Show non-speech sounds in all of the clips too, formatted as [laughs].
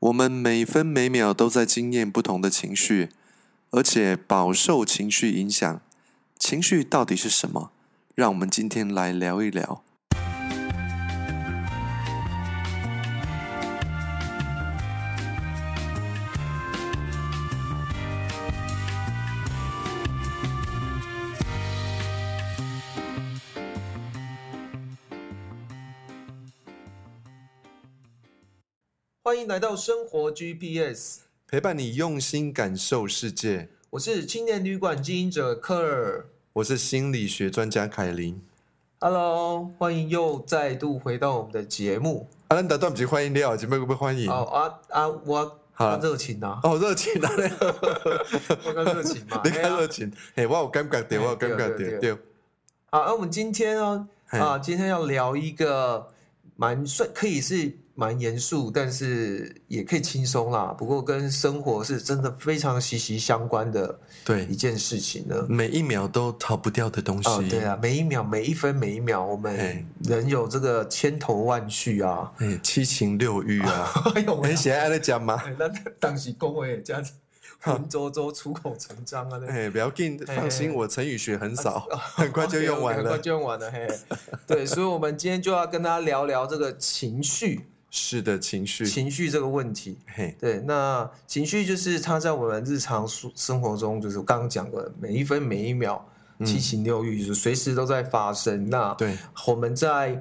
我们每分每秒都在经验不同的情绪，而且饱受情绪影响。情绪到底是什么？让我们今天来聊一聊。欢迎来到生活 GPS，陪伴你用心感受世界，我是青年旅馆经营者科尔。我是心理学专家凯琳。 Hello，欢迎又再度回到我们的节目。阿兰达断不及欢迎廖，姐妹会不会欢迎？哦啊啊，我好我热情啊，哦，热情 [laughs] 啊！我刚热情嘛 [laughs] 。你看哎呀热情，嘿，我有感觉到，嘿我有感觉到，对对对，好，那我们今天呢嘿啊，今天要聊一个蛮算可以是蛮严肃，但是也可以轻松啦。不过跟生活是真的非常息息相关的对一，件事情呢。每一秒都逃不掉的东西。哦，对啊，每一秒、每一分、每一秒，我们嘿人有这个千头万绪 [laughs] 啊。哎，七情六欲 [laughs] 啊！哎呦，很喜爱在讲吗？哎，那当时恭维这样子，文绉绉、出口成章啊，那哎，不要紧，嘿放心，嘿我成语学很啊少，哦很快就用完很快了。就用完了，嘿。 [laughs] 对，所以，我们今天就要跟大家聊聊这个情绪、是的，情绪，情绪这个问题。嘿，对，那情绪就是它在我们日常生生活中，就是我刚刚讲过的，每一分每一秒，七情六欲，就是随时都在发生。那对，我们在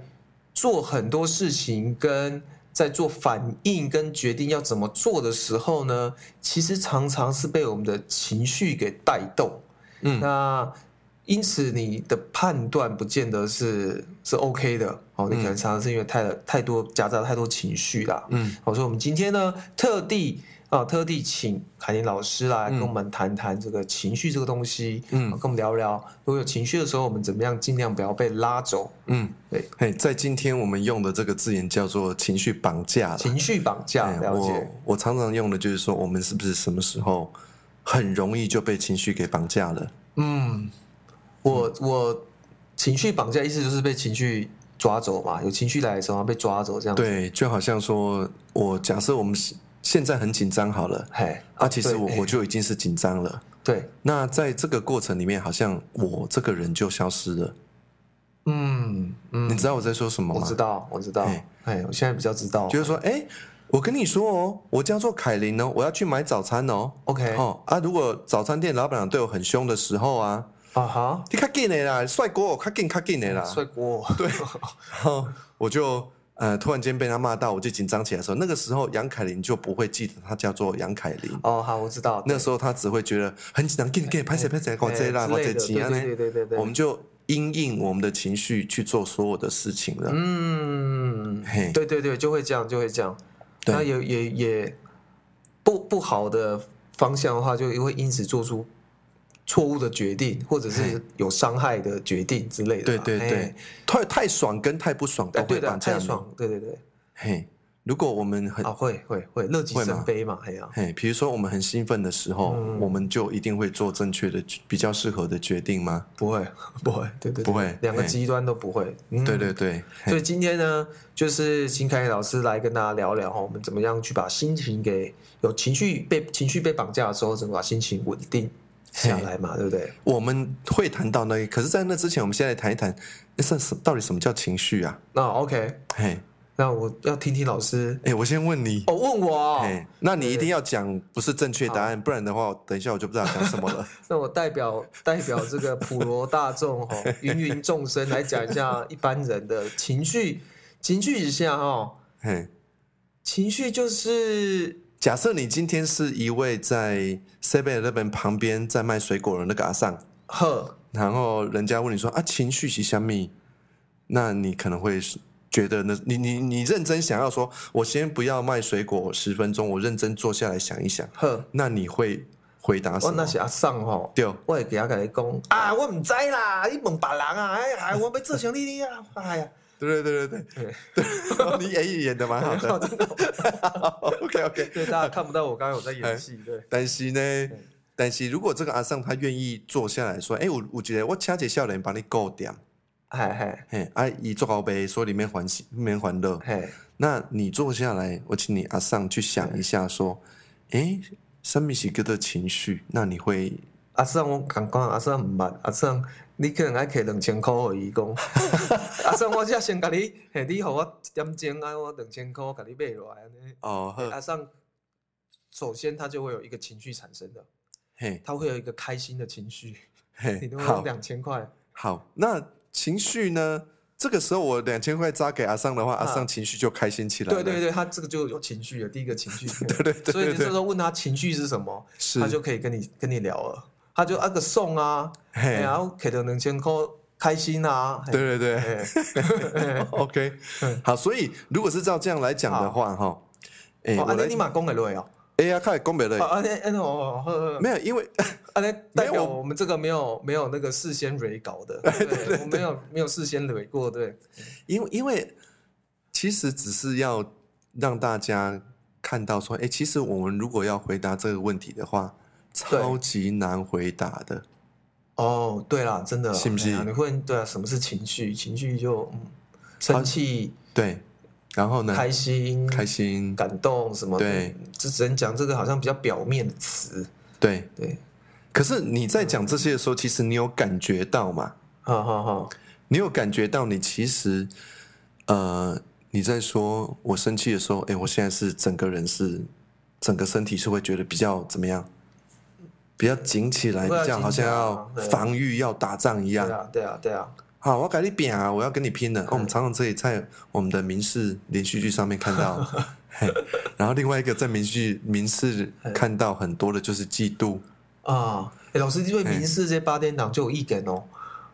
做很多事情跟在做反应跟决定要怎么做的时候呢，其实常常是被我们的情绪给带动。嗯那因此你的判断不见得是是 OK 的哦，你可能常常是因为太太多夹杂太多情绪啦。嗯，好，所以我们今天呢，特地啊，特地请凯琳老师来跟嗯我们谈谈这个情绪这个东西，嗯啊跟我们聊聊，如果有情绪的时候，我们怎么样尽量不要被拉走，嗯，对，嘿，在今天我们用的这个字眼叫做情绪绑架啦。情绪绑架，哎了解我，我常常用的就是说，我们是不是什么时候很容易就被情绪给绑架了？嗯，我我情绪绑架意思就是被情绪抓走嘛，有情绪来的时候被抓走这样子，，对，就好像说我假设我们是现在很紧张好了，嘿，啊，其实对我哎我就已经是紧张了。对，那在这个过程里面，好像我这个人就消失了。嗯嗯，你知道我在说什么吗？我知道，我知道嘿，哎，我现在比较知道，就是说，哎、我跟你说哦，我叫做凯琳哦，我要去买早餐哦。 OK，哦啊，如果早餐店老板娘对我很凶的时候啊，啊哈，你看紧的啦，帅锅，看紧看紧的啦。嗯帅锅，对，然后我就呃突然间被他骂到，我就紧张起来的时候，那个时候杨凯琳就不会记得她叫做杨凯琳。 [laughs] 哦，好，我知道，那时候她只会觉得很紧张，给你给你拍谁拍谁，搞这啦，搞这急啊哎之类的对对对对对我们就因应我们的情绪去做所有的事情了。嗯嘿，对对对，就会这样，就会这样。对那也也也不不好的方向的话，就会因此做出错误的决定，或者是嘿有伤害的决定之类的对啦。对对嘿，，太太爽跟太不爽都哎，会对绑的，架太你。爽，对对对，嘿，如果我们很啊，会会会，乐极嗯会吗生悲嘛，哎呀，嘿，比如说我们很兴奋的时候，嗯我们就一定会做正确的、比较适合的决定吗？不会 [laughs] 不会，对对对不会两个嘿极端都不会。嗯对对对，嘿所以今天呢，就是请凯老师来跟大家聊聊哦，我们怎么样去把心情给有情绪被情绪被绑架的时候，怎么把心情稳定下来嘛，对不对？我们会谈到那个，可是，在那之前，我们先来谈一谈，诶算什到底什么叫情绪啊？那 OK，嘿，那我要听听老师哎，我先问你，哦，问我哦、哎，那你一定要讲不是正确答案，不然的话，等一下我就不知道讲什么了。 [laughs] 那我代表代表这个普罗大众 [laughs] 哦，芸芸众生来讲一下一般人的情绪，情绪一下哦，嘿，情绪就是假设你今天是一位在 Seven Eleven 旁边在卖水果的那个阿尚，呵，然后人家问你说啊，情绪是什么？那你可能会觉得那，你你你认真想要说，我先不要卖水果十分钟，我认真坐下来想一想，呵，那你会回答什我么那？是阿上哦。对。我会给他跟你讲啊，我唔知啦，你问别人啊，哎呀，我要做成你你啊，哎 [laughs] 呀，对对对对对， [laughs] 你演演的蛮好 [laughs] 的。OK OK，对，哦大家看不到我刚刚有在演戏，对，但是呢，但是如果这个阿尚他愿意坐下来说，哎、我我觉得我掐姐笑脸把你够点，嘿嘿嘿，啊，以做好杯，所以里面欢喜，里面欢乐。嘿，那你坐下来，我请你阿尚去想一下，说，诶，什么是叫做情绪？那你会阿尚我讲讲，阿尚毋捌，阿尚你可能爱摕两千箍互伊讲，阿尚我才先甲你，嘿，你互我一点钟啊，我两千箍甲你买落来安尼。哦呵阿尚首先他就会有一个情绪产生的，嘿他会有一个开心的情绪，你嘿，都好两千块，好。那情绪呢？这个时候我两千块扎给阿尚的话，阿啊尚情绪就开心起来了。对对对，他这个就有情绪了，第一个情绪，对对对所以对你这时对，候问他情绪是什么，是他就可以跟你跟你聊了，他就啊个送啊，嘿，然后给了两千块，开心啊，嘿对对对。嘿 OK，嗯好，所以如果是照这样来讲的话，哈，哎，哦，我安来尼你，嘛讲会落哦，哎呀，看东北哦，的，安尼安尼哦哦，好好好没有，因为安尼没代有表我我们这个没有没有那个事先蕊 [laughs] 稿的，对，我没有没有事先蕊过，对，因为因为其实只是要让大家看到说，哎，其实我们如果要回答这个问题的话，对超级难回答的。哦，对啦，真的，信不哎呀信你会对啊，什么是情绪？情绪就嗯，生气、对，然后呢，开心、开心，感动什么的，对就只能讲这个好像比较表面的词，对。对，可是你在讲这些的时候，其实你有感觉到嘛？好好好，你有感觉到你其实，呃，你在说我生气的时候，哎，我现在是整个人是整个身体是会觉得比较怎么样，比较紧起来，会啊比较好像要紧起来啊对啊防御、要打仗一对样。啊，对啊，对啊，好，我要跟你拼啊，我要跟你拼了。哦我们常常这里在我们的民事连续剧上面看 [laughs] 到，嘿然后另外一个在民事民事看到很多的就是嫉妒。啊，哎，老师对民事这八点档就有意见哦，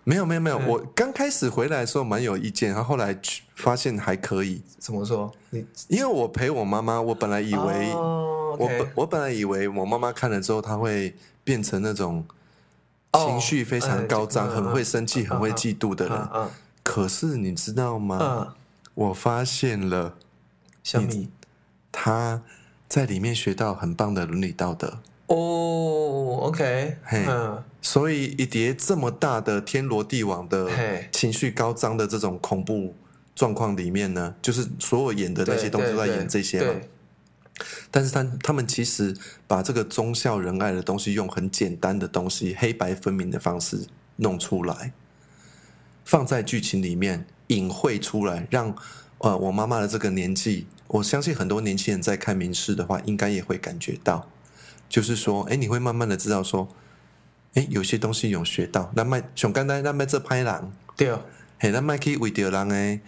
没有没有没有，嗯我刚开始回来的时候蛮有意见，然后后来去发现还可以。怎么说？你因为我陪我妈妈，我本来以为、哦我 OK 本我本来以为我妈妈看了之后，她会变成那种哦情绪非常高涨、哎这个很会生气、嗯很会嫉妒的人。嗯可是你知道吗？嗯嗯，我发现了小米她在里面学到很棒的伦理道德，哦，OK，嘿嗯，所以一叠这么大的天罗地网的嘿情绪高涨的这种恐怖状况里面呢，就是所有演的那些对东西都在对演这些嘛。对但是他他们其实把这个忠孝仁爱的东西，用很简单的东西、黑白分明的方式弄出来，放在剧情里面隐晦出来，让呃我妈妈的这个年纪，我相信很多年轻人在看民视的话，应该也会感觉到，就是说，哎，你会慢慢的知道说，哎，有些东西有学到，那卖熊刚才那卖这拍狼，对哦，嘿，那麦可以为着人诶，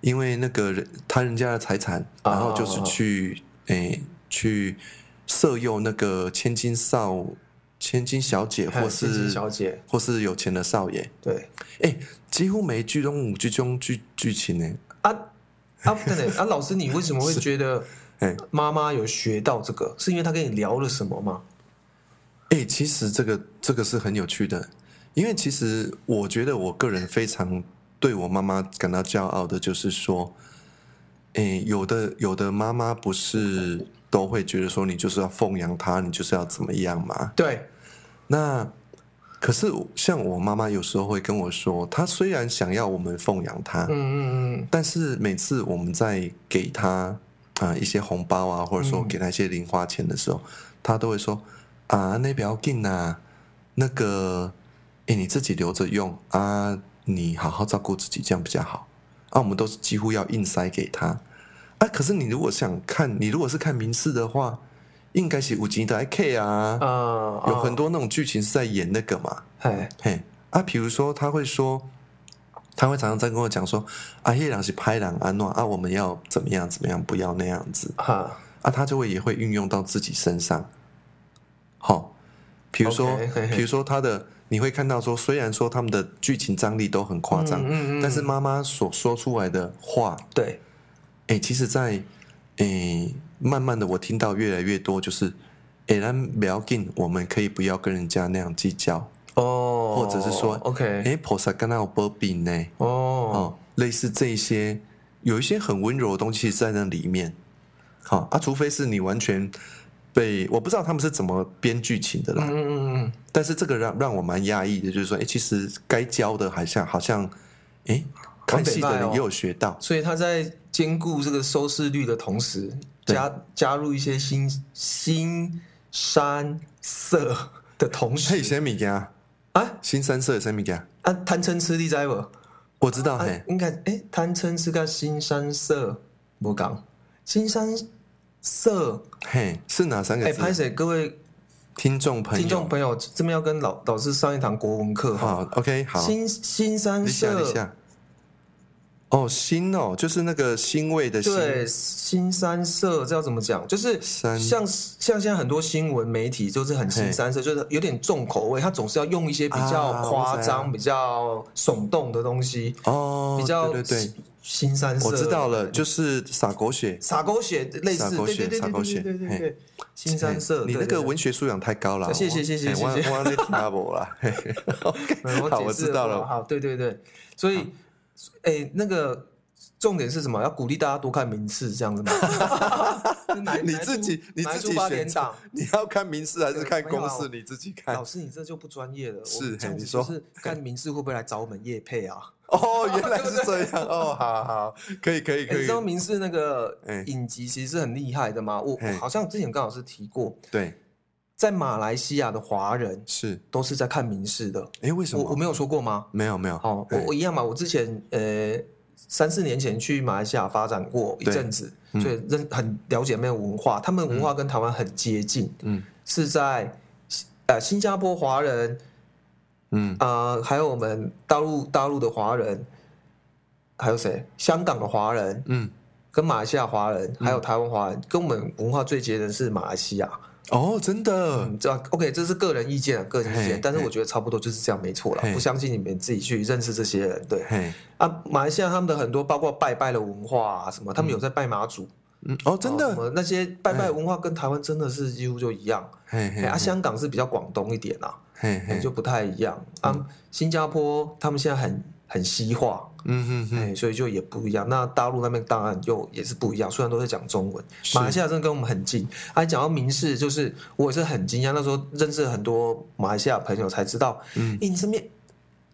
因为那个人他人家的财产，啊然后就是去诶、去色诱那个千金少、千金小姐，嘿或千金是小姐，或是有钱的少爷。对诶，几乎每一剧都有这种剧剧情呢。啊啊，等等啊，老师，你为 [laughs] 什么会觉得诶妈妈有学到这个？是因为她跟你聊了什么吗？诶，其实这个这个是很有趣的，因为其实我觉得我个人非常对我妈妈感到骄傲的，就是说，诶，有的有的妈妈不是都会觉得说你就是要奉养她，你就是要怎么样嘛？对，那可是像我妈妈有时候会跟我说，她虽然想要我们奉养她，嗯嗯嗯，但是每次我们在给他啊、一些红包啊，或者说嗯给他一些零花钱的时候，他都会说啊，那不要紧啊，那个，哎，你自己留着用啊，你好好照顾自己，这样比较好。啊，我们都是几乎要硬塞给他啊。可是你如果想看，你如果是看民事的话，应该是五级的 K 啊，啊，有很多那种剧情是在演那个嘛。哎，嘿啊，比如说他会说，他会常常在跟我讲说，啊，夜郎是拍郎安诺啊，我们要怎么样怎么样，不要那样子哈，啊，他就会也会运用到自己身上。好、比如说 OK，嘿嘿比如说他的，你会看到说，虽然说他们的剧情张力都很夸张，嗯但是妈妈所说出来的话，对，哎、其实在，诶慢慢的我听到越来越多，就是，哎、咱不要紧，我们可以不要跟人家那样计较。哦，或者是说，OK，哎，菩萨跟他有波比呢，哦，哦，类似这一些，有一些很温柔的东西在那里面。好、啊，除非是你完全被我不知道他们是怎么编剧情的啦，嗯嗯嗯嗯，但是这个让让我蛮压抑的，就是说，哎，其实该教的好像好像诶，看戏的哦人也有学到，所以他在兼顾这个收视率的同时，对加加入一些新新山色的同嘿，时，什米家啊新三社什米家，啊，贪嗔痴你知无？我知道啊嘿，，应该诶，贪嗔痴甲新山色，无讲新山色。嘿是哪三哎，个拍字？啊哎谁？各位听众朋友，听众朋友，这边要跟老老师上一堂国文课哈。好，OK，好，哦新新山你想一色，下，哦，新哦，就是那个欣慰的欣，对，新三色这要怎么讲？就是三像像现在很多新闻媒体就是很新三色，就是有点重口味，他总是要用一些比较啊夸我知道张、比较耸动的东西，哦，比较对对对，新新三色。嗯我知道了，就是洒狗血，洒狗血类洒似，狗对血对对洒对狗对血对对嘿对对，新三色。嘿你对那个，对文学素养太高了，谢谢我谢谢嘿谢我谢我在听阿伯 [laughs] 啦，嘿嘿对嗯 OK，我好，解我释知道了，好，对对对，所以，哎，那个重点是什么？要鼓励大家多看名次，这 [laughs] 样子吗？哪一你自己你哪一自出己八选点择档。你要看民事还是对看没有公啊事，我你自己看哦老。师，你这就不专业了。哎是我们这嘿样你子说就是看名字会不会来找我们叶配啊？哦，原来是这样哦，好好，可以可以欸可你以知，道名字那个哎影集其实是很厉害的嘛？我哎我好像之前跟老师提过，对，在马来西亚的华人是，都是在看民事的。哎，为什我么？我没有说过吗？没有没有，好，我哎我一样嘛。我之前呃三四年前去马来西亚发展过一对阵子，嗯所以认很了解那边的文化。他们文化跟台湾很接近，嗯是在呃新加坡华人嗯，啊、还有我们大陆大陆的华人，还有谁？香港的华人，嗯，跟马来西亚华人，还有台湾华人，跟我们文化最接的是马来西亚。哦，真的，嗯，这 OK，这是个人意见啊，个人意嘿见。但是嘿我觉得差不多就是这样，没错啦嘿。不相信你们自己去认识这些人，对嘿，啊。马来西亚他们的很多，包括拜拜的文化啊，什么，他们有在拜妈祖，嗯，哦，真哦什的，么那些拜拜嘿文化跟台湾真的是几乎就一样。嘿嘿哎，啊，香港是比较广东一点啊。嘿哎，嘿，就不太一样。啊，新加坡他们现在很很西化，嗯哼哼，哎，所以就也不一样。那大陆那边当然又也是不一样，虽然都在讲中文，是马来西亚真的跟我们很近。还讲到民事，就是我也是很惊讶，那时候认识很多马来西亚朋友才知道，嗯嗯，你身边，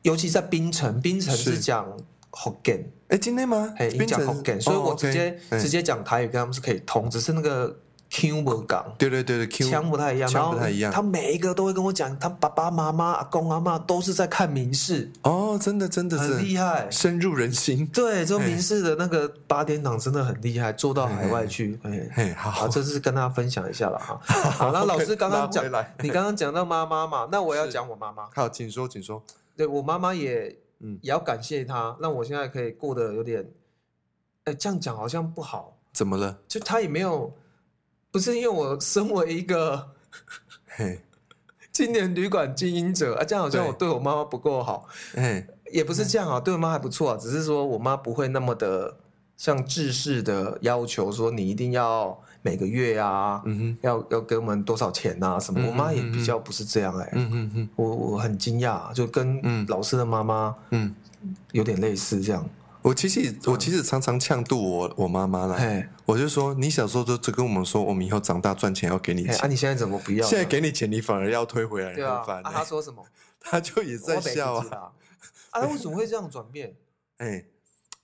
尤其在槟城，槟城是是讲 Hokkien。哎，今天吗？哎，你槟讲城 Hokkien，所以哦我 OK，直接哎直接讲台语跟他们是可以通，只是那个 Q 不港，对对对对，Q 腔不太一样，然腔后不太一样他每一个都会跟我讲，他爸爸妈妈、阿公阿妈都是在看民视，哦，真的真的很是厉害。深入人心，对，这嘿民视的那个八点档真的很厉害，做到海外去。哎，嘿，好，好，这是跟大家分享一下 [laughs] 了哈。好，那老师刚刚讲拉回来，你刚刚讲到妈妈嘛，那我要是讲我妈妈。好，请说，请说，对我妈妈也，嗯也要感谢她，让我现在可以过得有点，哎，这样讲好像不好，怎么了？就她也没有，不是因为我身为一个。嘿，青年旅馆经营者啊，这样好像对嗯我对我妈妈不够好，嘿，也不是这样啊，对我妈还不错啊，只是说我妈不会那么的像制式的要求，说你一定要每个月啊，嗯哼，要要给我们多少钱啊什么，嗯我妈也嗯嗯比较不是这样哎、嗯哼哼，我我很惊讶啊、就嗯跟老师的妈妈嗯。有点类似这样，我其实我其实常常呛度我我妈妈啦，哎我就说你小时候都只跟我们说，我们以后长大赚钱要给你哎，钱，啊你现在怎么不要呢？现在给你钱你反而要推回来，你对很啊，烦、啊欸。他说什么？他就也在我不笑知啊，道，啊他为什么会这样转 [laughs] 变？哎、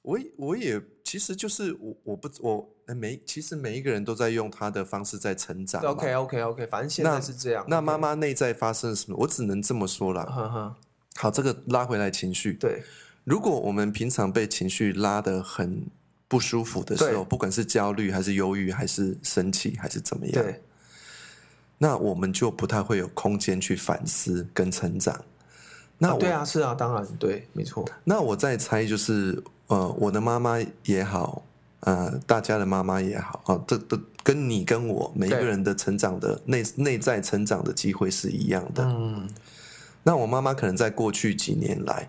我也我也其实就是我我不我呃每其实每一个人都在用他的方式在成长嘛。 OK OK OK，反正现那在是这样。那妈，妈内在发生了什么？我只能这么说啦。哈哈，好，这个拉回来情绪。对，如果我们平常被情绪拉得很不舒服的时候，对不管是焦虑还是忧郁，还是生气，还是怎么样，对，那我们就不太会有空间去反思跟成长。那啊我、对啊，是啊，当然对，没错，那我在猜，就是呃，我的妈妈也好，呃，大家的妈妈也好，啊、这这跟你跟我每一个对人的成长的内内在成长的机会是一样的。嗯，那我妈妈可能在过去几年来，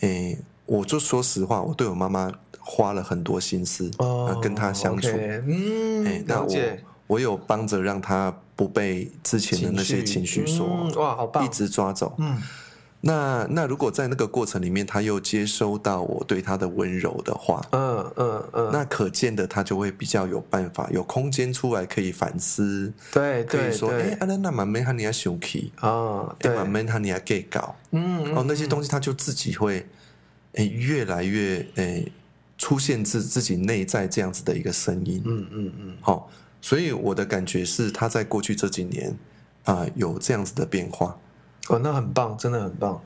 诶，我就说实话，我对我妈妈花了很多心思，哦呃，跟她相处。 OK，嗯，诶那了我解我有帮着让她不被之前的那些情绪嗯所啊哇，好棒，一直抓走。嗯，那那如果在那个过程里面，她又接收到我对她的温柔的话，嗯嗯嗯，那可见的他就会比较有办法，有空间出来可以反思，对可以对说，哎对，，阿兰那满妹和你要生气，啊，哎，对，满妹和你要 gay 搞，嗯，哦，那些西，东西他就自己会诶越来越诶出现自自己内在这样子的一个声音。嗯嗯嗯，好、所以我的感觉是他在过去这几年啊、有这样子的变化。哦，那很棒，真的很棒。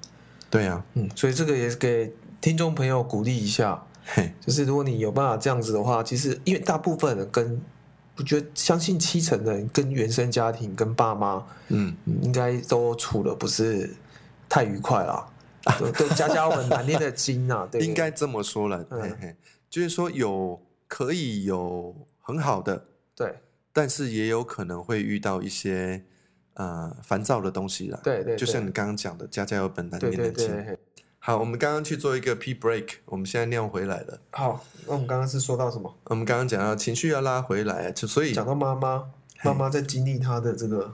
对啊，嗯，所以这个也是给听众朋友鼓励一下，嘿，就是如果你有办法这样子的话，其实因为大部分人跟我觉得相信七成的人跟原生家庭跟爸妈嗯，嗯应该都处的不是太愉快 [laughs] 啦，都都家家有本难念的经啊，对不对，应该这么说了。嗯嘿嘿，就是说有可以有很好的，对但是也有可能会遇到一些呃烦躁的东西啦。，对对，就像对你刚刚讲的，家家有本难对念对的经。对，好，我们刚刚去做一个 P break，我们现在尿回来了。好，那我们刚刚是说到什么？我们刚刚讲到情绪要拉回来，就所以讲到妈妈，嘿妈妈在经历她的这个，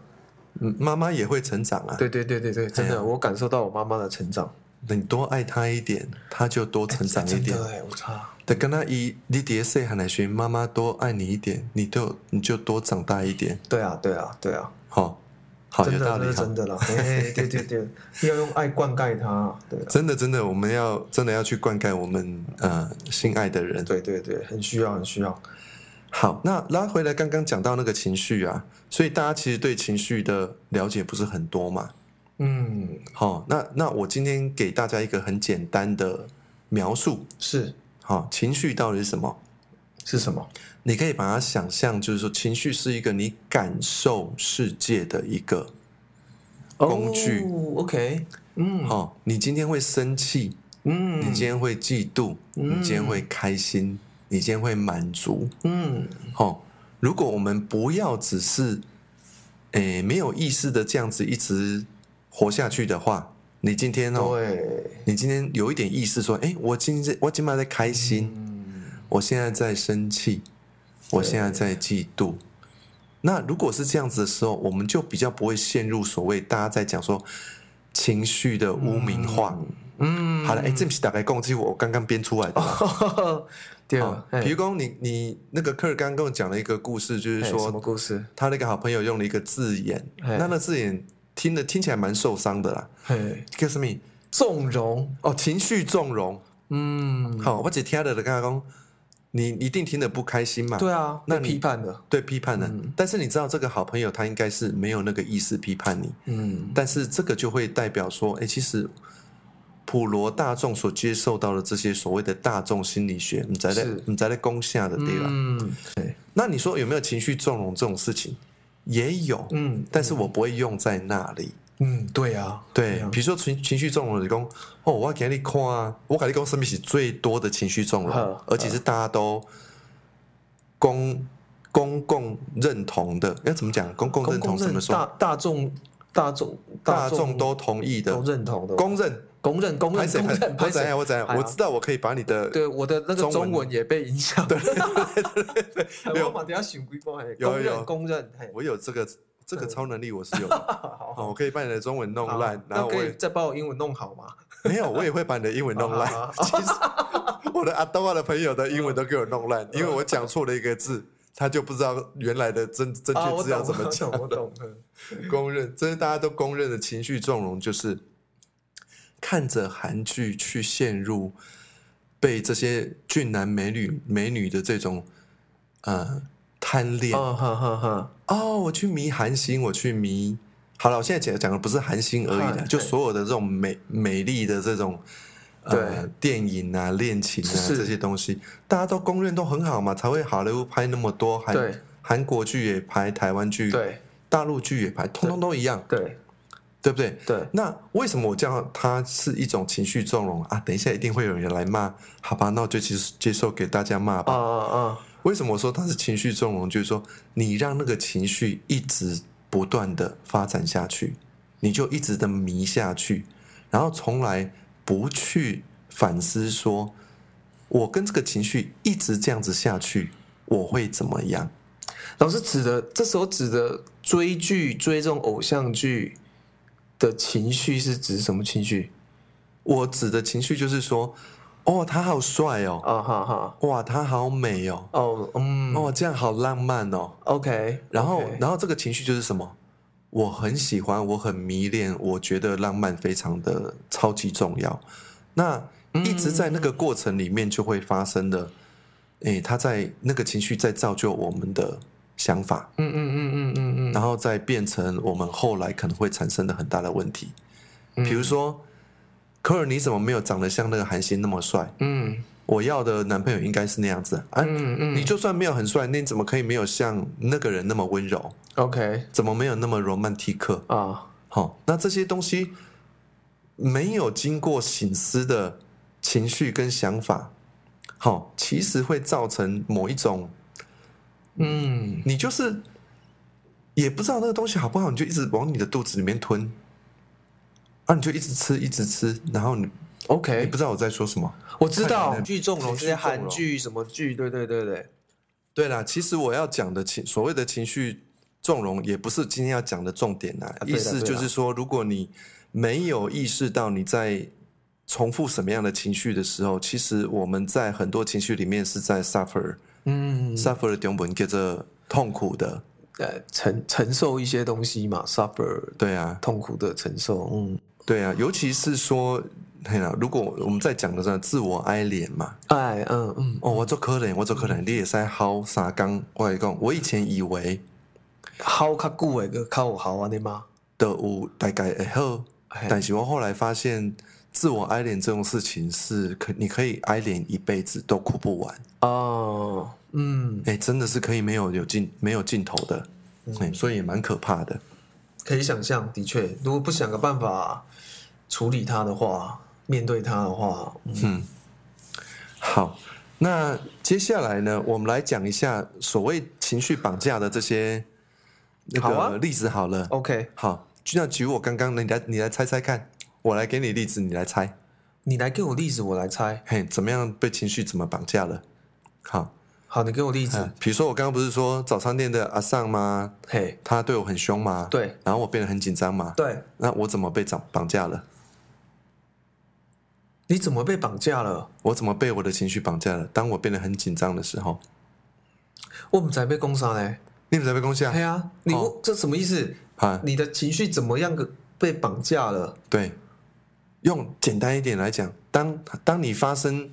嗯妈妈也会成长啊。对对对对对，真哎的，呀我感受到我妈妈的成长，你多爱她一点，她就多成长一真点。的哎，我操，得跟她一，你爹细汉来学，妈妈多爱你一点，你就你就多长大一点。对啊对啊对啊，好、好有真道的这理是哈真。的啦，哎， [laughs] 对对对，要用爱灌溉她，对啊，真的真的，我们要真的要去灌溉我们呃心爱的人。对对对，很需要很需要，好，那拉回来刚刚讲到那个情绪啊，所以大家其实对情绪的了解不是很多嘛。嗯，好、那那我今天给大家一个很简单的描述，是好、情绪到底是什么？是什么？你可以把它想象，就是说，情绪是一个你感受世界的一个工具。哦，OK，嗯哦，你今天会生气，嗯，你今天会嫉妒，嗯你今天会开心，你今天会满足。嗯哦，如果我们不要只是，诶，没有意识的这样子一直活下去的话，你今天哦，对，你今天有一点意识，说，诶，我今天我今晚在开心，嗯我现在在生气，我现在在嫉妒。那如果是这样子的时候，我们就比较不会陷入所谓大家在讲说情绪的污名化。嗯，哦好了，哎、这不是大概共这是我刚刚编出来的啦。对哦啊，哎比如说你你那个克尔刚刚跟我讲了一个故事，就是哎什么说故事？他那个好朋友用了一个字眼，哎那那字眼听的听起来蛮受伤的啦。嘿，叫什么？纵容，哦，情绪纵容。嗯，好、我只听了的跟他讲，你一定听得不开心嘛？对啊，那被你批判的，对批判的，嗯但是你知道这个好朋友他应该是没有那个意识批判你，嗯，但是这个就会代表说，哎，其实普罗大众所接受到的这些所谓的大众心理学，你在在是你在在攻下的对吧？嗯，对，那你说有没有情绪纵容这种事情？也有，嗯，但是我不会用在那里。嗯，对啊，对啊，比如说情情绪纵容，你讲哦，我给你看啊，我给你讲，生命是最多的情绪纵容呵，而且是大家都公公共认同的。要怎么讲？公共认公同公怎认么大说？大众大众大众众都同意的都，认同的，公认。公认公拍认谁公拍认，我怎样？我怎样？哎呀我知道我可以把你的对我的那个中文中文也被影响，对对 [laughs] 对有我马等下想几关，嘿有公有认公认， [laughs] 嘿，我有这个这个对超能力，我是有的。好哦，我可以把你的中文弄好烂，然那后我可以也再把我英文弄好吗？ [laughs] 没有，我也会把你的英文弄烂。啊好 [laughs] 好其实我的阿东啊的朋友的英文都给我弄 [laughs] 烂，因为我讲错了一个字，他就不知道原来的正正啊，确我字要懂，怎么我讲懂，。我懂， [laughs] 嗯公认，这是大家都公认的情绪纵容，就是看着韩剧去陷入被这些俊男美女美女的这种呃贪恋。啊哈哈哈，哦，我去迷韩星，我去迷。好了，我现在讲讲的不是韩星而已的，嗨就啊对所有的这种美美丽的这种呃对电影啊、恋情啊是这些东西，大家都公认都很好嘛，才会好莱坞拍那么多韩对韩国剧也拍，台湾剧、对大陆剧也拍，通通都一样，对对不对？对，那为什么我叫它是一种情绪纵容啊？等一下一定会有人来骂，好吧？那我就接接受给大家骂吧。啊啊啊，为什么说它是情绪纵容？就是说，你让那个情绪一直不断的发展下去，你就一直的迷下去，然后从来不去反思说，我跟这个情绪一直这样子下去，我会怎么样？老师指的这时候指的追剧追这种偶像剧的情绪是指什么情绪？我指的情绪就是说，哦，他好帅哦，啊哈哈，哇，他好美哦，哦嗯哦，这样好浪漫哦。 ，OK，然后 OK 然后这个情绪就是什么？我很喜欢，我很迷恋，我觉得浪漫非常的超级重要。那嗯一直在那个过程里面就会发生的。诶，他在那个情绪在造就我们的想法，嗯嗯嗯嗯嗯嗯然后再变成我们后来可能会产生的很大的问题。嗯，比如说，科尔你怎么没有长得像那个韩星那么帅？嗯，我要的男朋友应该是那样子啊！嗯嗯嗯，你就算没有很帅，那你怎么可以没有像那个人那么温柔？ OK 怎么没有那么 romantic？啊，好、那这些东西没有经过醒思的情绪跟想法，好、其实会造成某一种，嗯你就是也不知道那个东西好不好，你就一直往你的肚子里面吞，啊，你就一直吃，一直吃，然后你你，OK，不知道我在说什么。我知看道来剧纵容这剧些纵容韩剧什么剧，对对对对，对啦，其实我要讲的情所谓的情绪纵容，也不是今天要讲的重点啦。啊对意啦思对就啦是说，如果你没有意识到你在重复什么样的情绪的时候，其实我们在很多情绪里面是在 suffer、嗯， suffer 的中文叫做痛苦的，呃，承承受一些东西嘛，suffer 对啊，痛苦的承受，嗯，对啊，尤其是说，嘿啦，如果我们在讲的是自我哀怜嘛，哎，嗯嗯，哦，我做可怜，我做可怜，你也在薅啥刚，我跟你讲，我以前以为好卡久诶，个靠好啊，你吗？的有大概会好。哎但是我后来发现，自我哀怜这种事情是可你可以哀怜一辈子都哭不完，嗯哦，嗯，哎、真的是可以没有有尽没有尽头的，哎、所以也蛮可怕的。可以想象，的确，如果不想个办法处理它的话，面对它的话，嗯嗯，好，那接下来呢，我们来讲一下所谓情绪绑架的这些那好啊个例子好了。 ，OK，好，就像举我刚刚的，你来你来猜猜看，我来给你例子，你来猜，你来给我例子，我来猜。嘿，怎么样被情绪怎么绑架了？好，好，你给我例子嗯，，比如说我刚刚不是说早餐店的阿尚吗？嘿，他对我很凶吗？，对然后我变得很紧张吗？对，那我怎么被绑绑架了？你怎么被绑架了？我怎么被我的情绪绑架了？当我变得很紧张的时候，我们才被攻杀嘞！你们才被攻下哎呀，你哦问这什么意思？啊？你的情绪怎么样个被绑架了？对，用简单一点来讲，当当你发生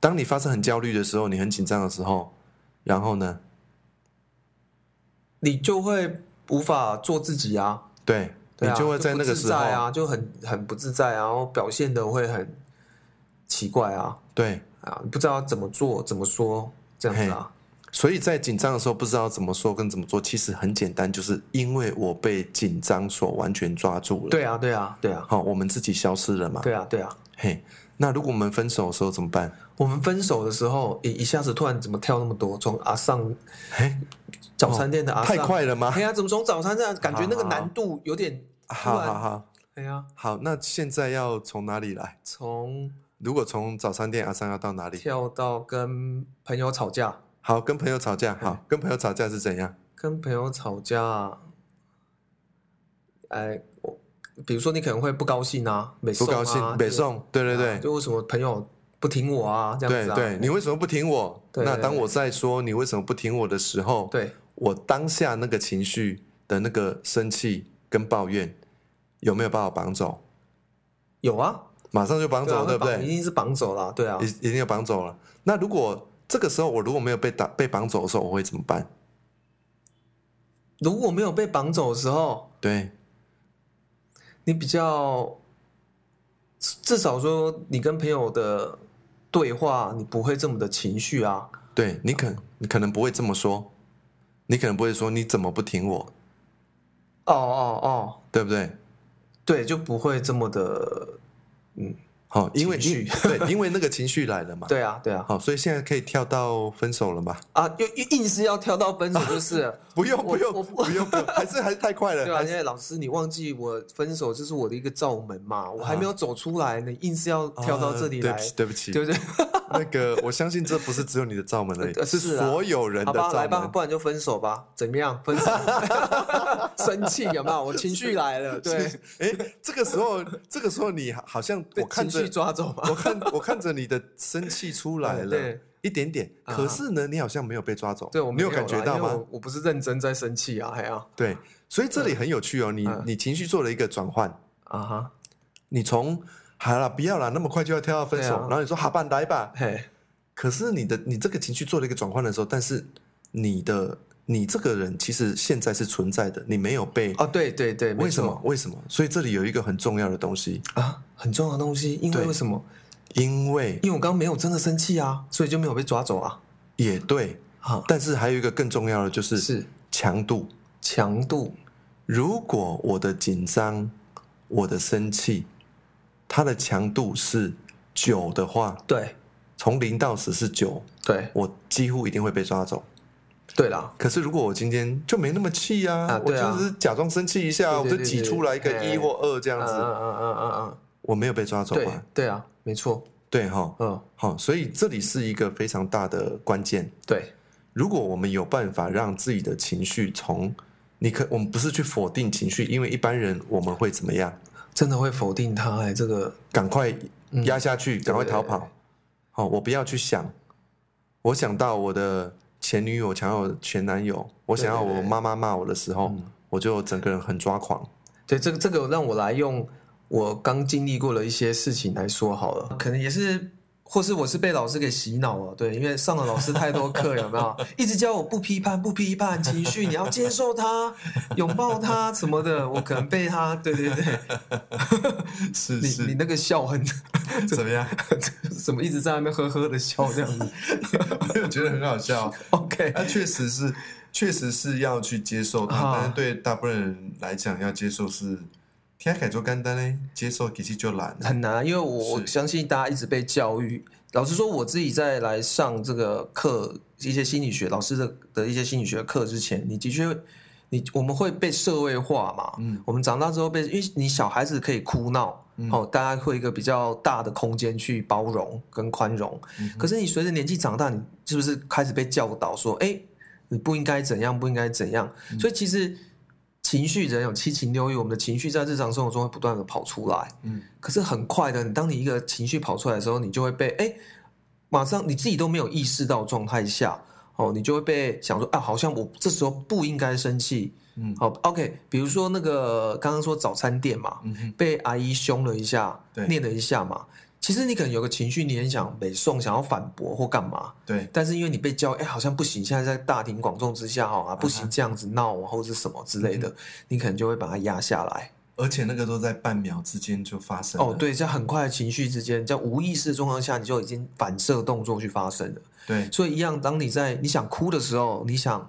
当你发生很焦虑的时候，你很紧张的时候，然后呢？你就会无法做自己啊，对，对啊，你就会在那个时候就不自在啊，就很很不自在啊，然后表现的会很奇怪啊，对，啊，不知道怎么做怎么说这样子啊，所以在紧张的时候不知道怎么说跟怎么做，其实很简单，就是因为我被紧张所完全抓住了。对啊，对啊，对啊，好，我们自己消失了嘛？对啊，对啊。嘿，那如果我们分手的时候怎么办？我们分手的时候，一一下子突然怎么跳那么多？从阿尚嘿，早餐店的阿哦太尚，快了吗哎？呀，怎么从早餐这样感觉那好个好难度有点突好好然？好哎呀，好，那现在要从哪里来？从如果从早餐店阿三要到哪里？跳到跟朋友吵架，好，跟朋友吵架。好嗯，跟朋友吵架是怎样？跟朋友吵架，啊哎，我比如说你可能会不高兴啊，美不送啊高兴，北，宋，对对对啊对就为什么朋友不听我啊，这样对子啊，对，你为什么不听我？对那对当对我在说你为什么不听我的时候，对我当下那个情绪的那个生气跟抱怨，有没有把我绑走？有啊，马上就绑对啊走，对不会绑对一？定是绑走了，对啊一，一定要绑走了。那如果这个时候我如果没有被打被绑走的时候，我会怎么办？如果没有被绑走的时候，对，你比较，至少说你跟朋友的对话，你不会这么的情绪啊，对你可你可能不会这么说，你可能不会说你怎么不听我，哦哦哦，对不对？对，就不会这么的，好，因为情绪因对，因为那个情绪来了嘛。，对啊，对啊，好，所以现在可以跳到分手了嘛？啊，又又硬是要跳到分手就是了。不用不我用我不用不用，还是还是太快了。对啊，还因是为老师，你忘记我分手就是我的一个罩门嘛，我还没有走出来呢，硬是要跳到这里来啊，对不起，对对不起，不对？那个我相信这不是只有你的罩门而已，呃是是啊所有人好的吧，来罩吧，门。 [laughs] 不然就分手吧，怎么样？分手，生气有没有？我情绪来了，对，哎，这个时候这个时候你好像被 [laughs] 我看情着绪抓走嘛。 [laughs] 我看我看着你的生气出来嗯了对。一点点，啊可是呢，你好像没有被抓走，对，我你没有有感觉啦到因为吗？我我不是认真在生气啊，还要对，所以这里很有趣哦，你嗯你情绪做了一个转换，啊哈，你从好了，不要了，那么快就要跳到分手，对啊然后你说好吧，来吧。嘿，可是你的你这个情绪做了一个转换的时候，但是你的你这个人其实现在是存在的，你没有被、哦，对对对，没为什错么？为什么？所以这里有一个很重要的东西，啊？很重要的东西，因为对为什么？因为因为我刚刚没有真的生气啊，所以就没有被抓走啊。也对，啊，但是还有一个更重要的就是是强度。强度如果我的紧张、我的生气，它的强度是九的话，对从零到十是九，对我几乎一定会被抓走。对啦，可是如果我今天就没那么气啊，啊我对啊就只是假装生气一下，对对我就挤对对出来一个哎一或二这嗯样嗯子，嗯嗯嗯嗯，我没有被抓走对嘛？对啊，没错，对哈，嗯，好、所以这里是一个非常大的关键。对如果我们有办法让自己的情绪从你可，我们不是去否定情绪，因为一般人我们会怎么样？真的会否定他哎、这个赶快嗯压下去，赶快逃跑。好、我不要去想，我想到我的前女友，想要我前男友，我想要对对我对妈妈骂我的时候，嗯我就整个人很抓狂。对，这个这个让我来用我刚经历过的一些事情来说好了，可能也是，或是我是被老师给洗脑了，对，因为上了老师太多课，有没 [laughs] 有？一直教我不批判，不批判情绪，你要接受 [laughs] 它，拥抱它什么的，我可能被他，对对对，是你你那个笑很， [laughs] 怎么样？怎么一直在那边呵呵的笑这 [laughs] 样子我觉得很好笑。 ？OK，那确实是，确实是要去接受它，啊但是对大部分人来讲，要接受是天海做简单嘞，接受其实就懒了。很难，啊因为我是相信大家一直被教育。老实说，我自己在来上这个课，一些心理学老师的的一些心理学课之前，你的确，你我们会被社会化嘛？嗯我们长大之后被，因为你小孩子可以哭闹，嗯哦，大家会有一个比较大的空间去包容跟宽容。嗯哼可是你随着年纪长大，你是不是开始被教导说，哎、你不应该怎样，不应该怎样？嗯所以其实情绪人有七情六欲，我们的情绪在日常生活中会不断的跑出来。嗯，可是很快的，你当你一个情绪跑出来的时候，你就会被哎，马上你自己都没有意识到的状态下，哦，你就会被想说啊，好像我这时候不应该生气，嗯好，OK，比如说那个刚刚说早餐店嘛，嗯哼，被阿姨凶了一下，对念了一下嘛，其实你可能有个情绪，你很想北宋，想要反驳或干嘛，对，但是因为你被教，哎，好像不行，现在在大庭广众之下哦，啊，不行这样子闹啊，或者是什么之类的，你可能就会把它压下来。而且那个都在半秒之间就发生了。哦，对，在很快的情绪之间，在无意识的状况下，你就已经反射动作去发生了。对，所以一样，当你在你想哭的时候，你想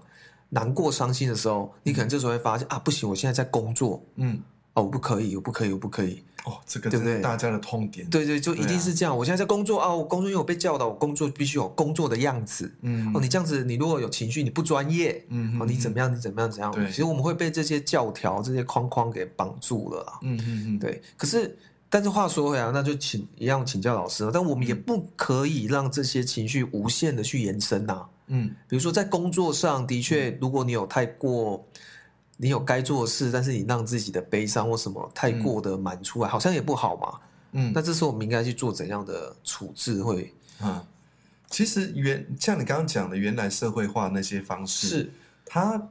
难过、伤心的时候，你可能这时候会发现啊，不行，我现在在工作嗯，哦，我不可以，我不可以，我不可以。哦，这个对真不是对大家的痛点。，对对，就一对定啊是这样。我现在在工作啊，我工作，因为我被教导，我工作必须有工作的样子。嗯哦，你这样子，你如果有情绪，你不专业，嗯哦，你怎么样？样，你怎么样，怎样对？其实我们会被这些教条、这些框框给绑住了啦。嗯嗯嗯，，对，可是但是话说回来，那就请一样请教老师啊了。但我们嗯也不可以让这些情绪无限的去延伸呐、嗯比如说在工作上的确，如果你有太过，你有该做的事，但是你让自己的悲伤或什么太过的满出来，好像也不好嘛。嗯，那这时候我们应该去做怎样的处置会啊，其实原像你刚刚讲的，原来社会化那些方式，是？它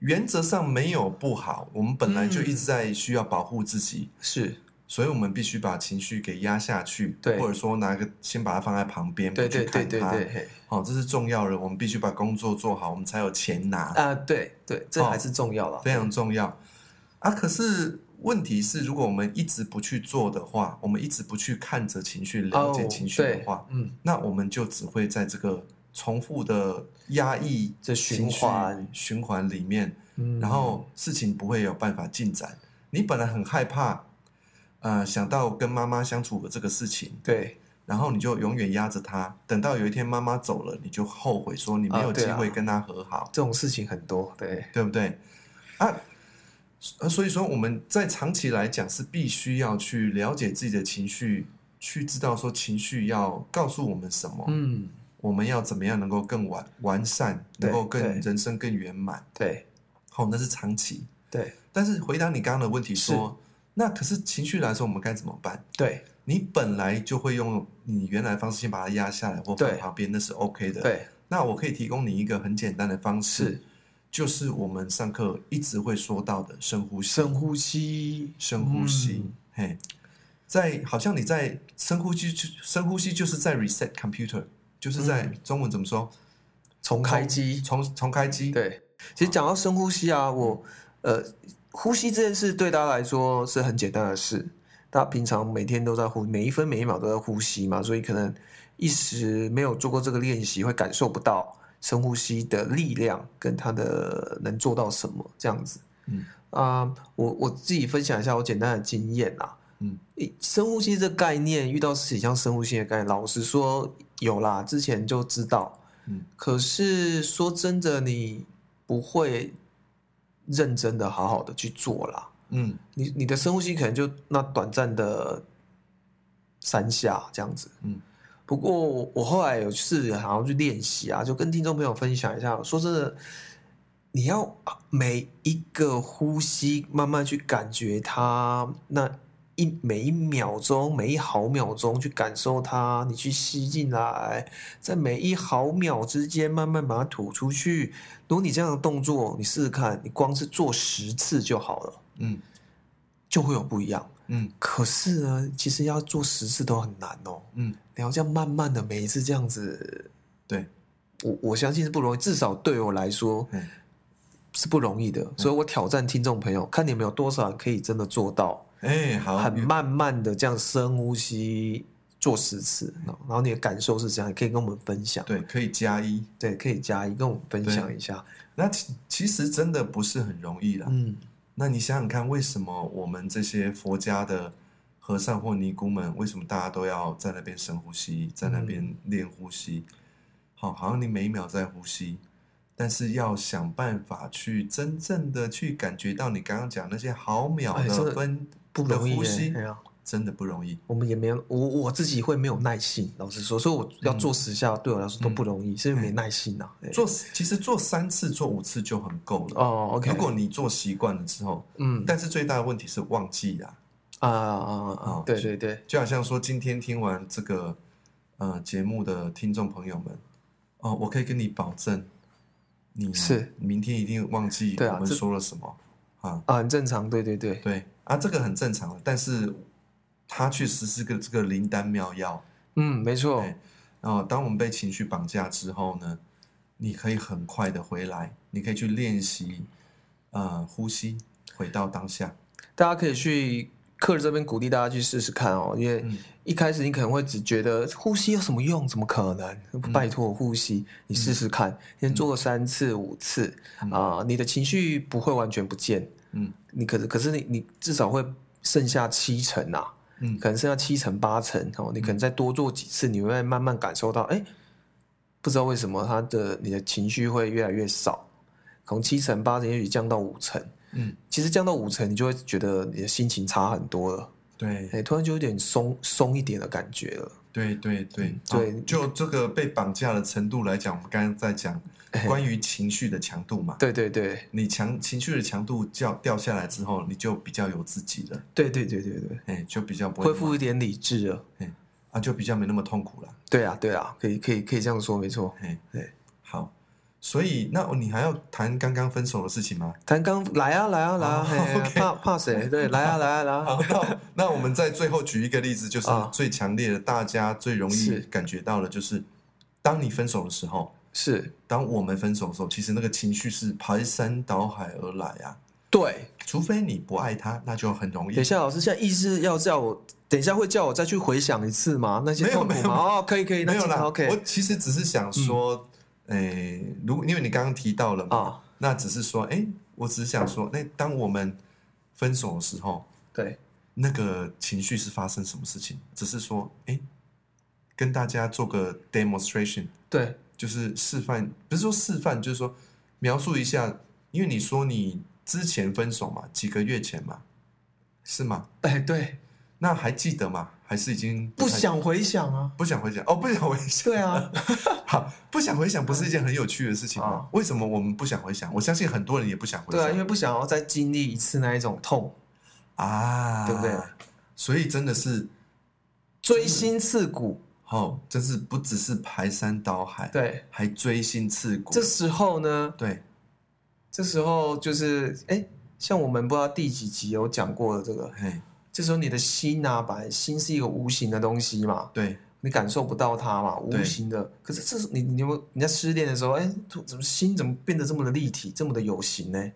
原则上没有不好，我们本来就一嗯直在需要保护自己，是，所以我们必须把情绪给压下去，对或者说拿个先把它放在旁边，对不去对对看对它。对，嘿好、这是重要的，我们必须把工作做好，我们才有钱拿，啊，对对，这哦还是重要了。非常重要啊。可是问题是，如果我们一直不去做的话，我们一直不去看着情绪、了解哦情绪的对话，嗯，那我们就只会在这个重复的压抑这循情绪环循环里面，嗯然后事情不会有办法进展。你本来很害怕，呃，想到跟妈妈相处的这个事情，对然后你就永远压着她，等到有一天妈妈走了，你就后悔说你没啊有对机啊会跟她和好，这种事情很多，对对不对？啊，呃所以说我们在长期来讲是必须要去了解自己的情绪，去知道说情绪要告诉我们什么，嗯我们要怎么样能够更完完善，对能够更对人生更圆满？对好、那是长期。对但是回答你刚刚的问题说，那可是情绪来说，我们该怎么办？对你本来就会用你原来的方式先把它压下来或放对旁边，那是 OK 的。，对那我可以提供你一个很简单的方式，是就是我们上课一直会说到的深呼吸。深呼吸，深呼吸，嗯嘿，在好像你在深呼吸，就深呼吸就是在 reset computer，就是在、嗯中文怎么说？重开机。重重开机。，对，其实讲到深呼吸啊，我嗯呃，呼吸这件事对大家来说是很简单的事。大家平常每天都在呼，每一分每一秒都在呼吸嘛，所以可能一时没有做过这个练习，会感受不到深呼吸的力量跟它的能做到什么这样子。嗯啊、我我自己分享一下我简单的经验啊。嗯诶深呼吸这概念，遇到事情像深呼吸的概念，老实说有啦，之前就知道，嗯可是说真的，你不会认真的、好好的去做啦。嗯你你的深呼吸可能就那短暂的三下这样子。嗯，不过我我后来有试好像去练习啊，就跟听众朋友分享一下。说真的，你要每一个呼吸慢慢去感觉它那一每一秒钟、每一毫秒钟去感受它，你去吸进来，在每一毫秒之间慢慢把它吐出去。如果你这样的动作，你试试看，你光是做十次就好了。嗯就会有不一样。嗯可是呢，其实要做十次都很难哦。嗯，你要这样慢慢的每一次这样子，对，我我相信是不容易，至少对我来说嗯是不容易的。所以我挑战听众朋友，看你们有多少人可以真的做到，哎，好，很慢慢的这样深呼吸做十次，然后然后你的感受是怎样，也可以跟我们分享。对，可以加一。对，可以加一，跟我们分享一下。那其其实真的不是很容易啦。嗯那你想想看，为什么我们这些佛家的和尚或尼姑们，为什么大家都要在那边深呼吸，在嗯那边练呼吸？好，好像你每一秒在呼吸，但是要想办法去真正的去感觉到你刚刚讲那些毫秒哎真的的分不容易的呼耶吸哎呀，真的不容易。我们也没有，我我自己会没有耐心，老实说，所以我要做十下、嗯对我来说都不容易，是因为没耐心呐、对做其实做三次、做五次就很够了。哦，OK，如果你做习惯了之后，嗯但是最大的问题是忘记啊。啊啊啊哦，对对对，就好像说今天听完这个呃节目的听众朋友们，哦，我可以跟你保证，你是明天一定忘记对啊我们这说了什么啊啊，很正常，对对对，对啊，这个很正常的，但是他去实施个这个灵丹妙药，嗯，没错，对哦，当我们被情绪绑架之后呢，你可以很快的回来，你可以去练习呃呼吸，回到当下，大家可以去客人这边鼓励大家去试试看哦，因为嗯一开始你可能会只觉得呼吸有什么用，怎么可能？嗯拜托，呼吸，你试试看，先做个三次、五次嗯啊，你的情绪不会完全不见，嗯你可是可是你你至少会剩下七成啊，嗯可能剩下七成八成哦，你可能再多做几次，你会慢慢感受到，哎，不知道为什么他的你的情绪会越来越少，从七成八成也许降到五成，嗯，其实降到五成，你就会觉得你的心情差很多了，对。哎，突然就有点松松一点的感觉了，对对对嗯对好就这个被绑架的程度来讲，我们刚刚在讲哎关于情绪的强度嘛。对对对你强情绪的强度掉掉下来之后，你就比较有自己了，对对对对对，哎，就比较不会恢复一点理智了，啊，就比较没那么痛苦了，对啊对啊，可以可以可以这样说，没错。哎，对，好，所以那你还要谈刚刚分手的事情吗？ [laughs] 谭刚来啊来啊来啊，哦嘿啊 OK 怕怕谁？对，来啊来啊来啊好，，那那我们在最后举一个例子，就是啊最强烈的，大家最容易是感觉到的，就是当你分手的时候，是当我们分手的时候，其实那个情绪是排山倒海而来啊。对，除非你不爱他，那就很容易等一。下，老师，现在意思要叫我，等一下会叫我再去回想一次吗？那些没有痛苦没有吗？哦，可以可以，那没有今啦天 OK，嗯我其实只是想说，诶、如果因为你刚刚提到了嘛，啊那只是说，诶、我只是想说，那、当我们分手的时候，对，那个情绪是发生什么事情？只是说，诶、跟大家做个 demonstration，对，就是示范，不是说示范，就是说描述一下，因为你说你之前分手嘛，几个月前嘛，是吗？哎对，那还记得吗？还是已经不太想回想啊，不想回想哦，不想回想。 [laughs] 对啊，好，不想回想不是一件很有趣的事情吗啊？为什么我们不想回想？我相信很多人也不想回对啊，因想为不想要再经历一次那一种痛，啊对不对？所以真的是，锥心刺骨，哦，真是不只是排山倒海，，对，还锥心刺骨。这时候呢，对，这时候就是哎，像我们不知道第几集有讲过的这个，嘿，这时候你的心啊，把心是一个无形的东西嘛，对，你感受不到它嘛，无对形的。可是这是你你有没有人家失恋的时候，哎，怎怎么心怎么变得这么的立体，这么的有形呢？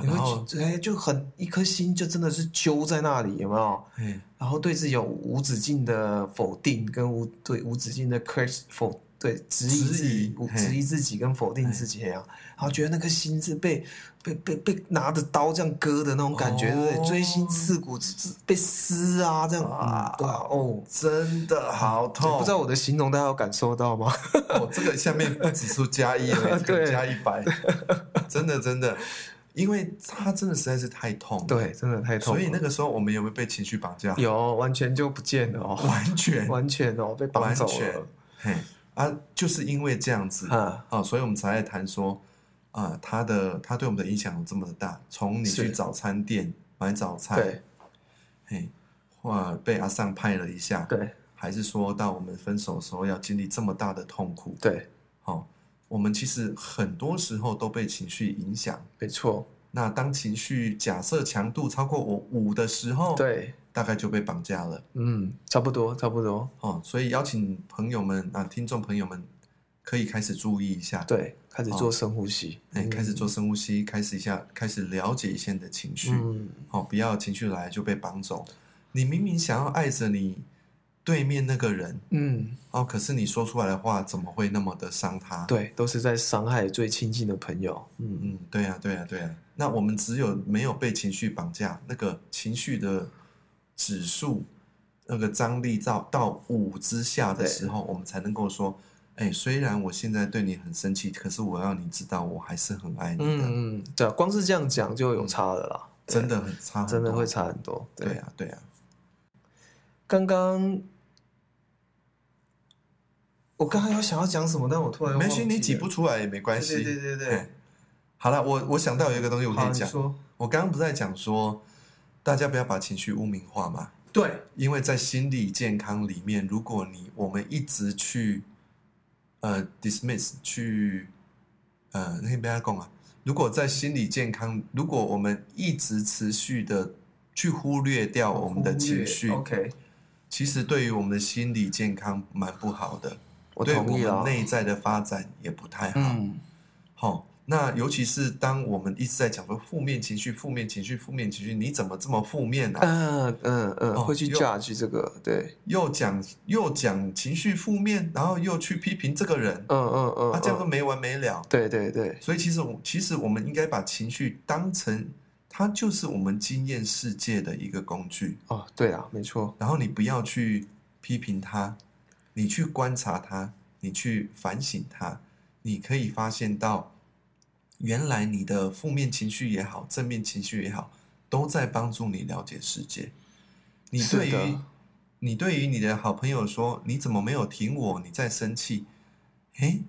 你然会后觉哎就很一颗心就真的是揪在那里，有没有？哎，然后对自己有无止境的否定跟无对无止境的 curse 否对质疑自质疑己无嘿哎质疑自己跟否定自己一样，然后觉得那颗心是被被被被拿着刀这样割的那种感觉，哦对不对？锥心刺骨，被撕啊这样啊啊，嗯对啊，哦。真的好痛，欸不知道我的形容大家有感受到吗？ [laughs] 哦，这个下面指数加一了，这个对加一 [laughs] 百，真的真的，因为它真的实在是太痛，，对，真的太痛所了。以那个时候我们有没有被情绪绑架？有完全就不见 [laughs] 了哦，完全完全哦被绑完走全了。，嘿啊，就是因为这样子啊，啊，所以我们才在谈说啊，他的他对我们的影响有这么大，从你去是早餐店买早餐，对嘿，或被阿尚拍了一下，对还是说到我们分手的时候要经历这么大的痛苦，对，好、我们其实很多时候都被情绪影响。没错，那当情绪假设强度超过我五的时候，，对，大概就被绑架了嗯，差不多差不多，哦。所以邀请朋友们啊，听众朋友们可以开始注意一下，，对，开始哦做深呼吸，哎，开始嗯做深呼吸，开始一下，开始了解一下你的情绪，嗯，哦，不要情绪来就被绑走。你明明想要爱着你对面那个人嗯，哦，可是你说出来的话怎么会那么的伤他？对，都是在伤害最亲近的朋友。嗯，嗯，对呀、对呀、对呀、那我们只有没有被情绪绑架，那个情绪的指数，那个张力到到五之下的时候，我们才能够说，哎，虽然我现在对你很生气，可是我要你知道，我还是很爱你的。嗯嗯，对啊，光是这样讲就有差了啦，真的很嗯差很多，啊真的会差很多。对呀、对啊呀、刚刚我刚刚有想要讲什么，但我突然又没关忘系，记你挤了不出来也没关系。对对对对哎好了，我我想到有一个东西我可好，以你讲，说，我刚刚不是在讲说，大家不要把情绪污名化嘛。对因为在心理健康里面，如果你我们一直去呃 dismiss 去呃那边讲啊，如果在心理健康，如果我们一直持续的去忽略掉我们的情绪， ，OK，其实对于我们的心理健康蛮不好的，我对我同意哦们啦。内在的发展也不太好。嗯，好、那尤其是当我们一直在讲说负面情绪、负面情绪、负面情绪，你怎么这么负面呢、啊？嗯嗯哦嗯，会去又 judge 这个，对，又讲又讲情绪负面，然后又去批评这个人，嗯嗯嗯，啊，这样都嗯没完没了。对对对，所以其实我其实我们应该把情绪当成它就是我们经验世界的一个工具，哦，对啊，没错，然后你不要去批评它，你去观察它，你去反省它，你可以发现到，原来你的负面情绪也好，正面情绪也好，都在帮助你了解世界。你是对于的你对于你的好朋友说，你怎么没有挺我？你在生气？诶，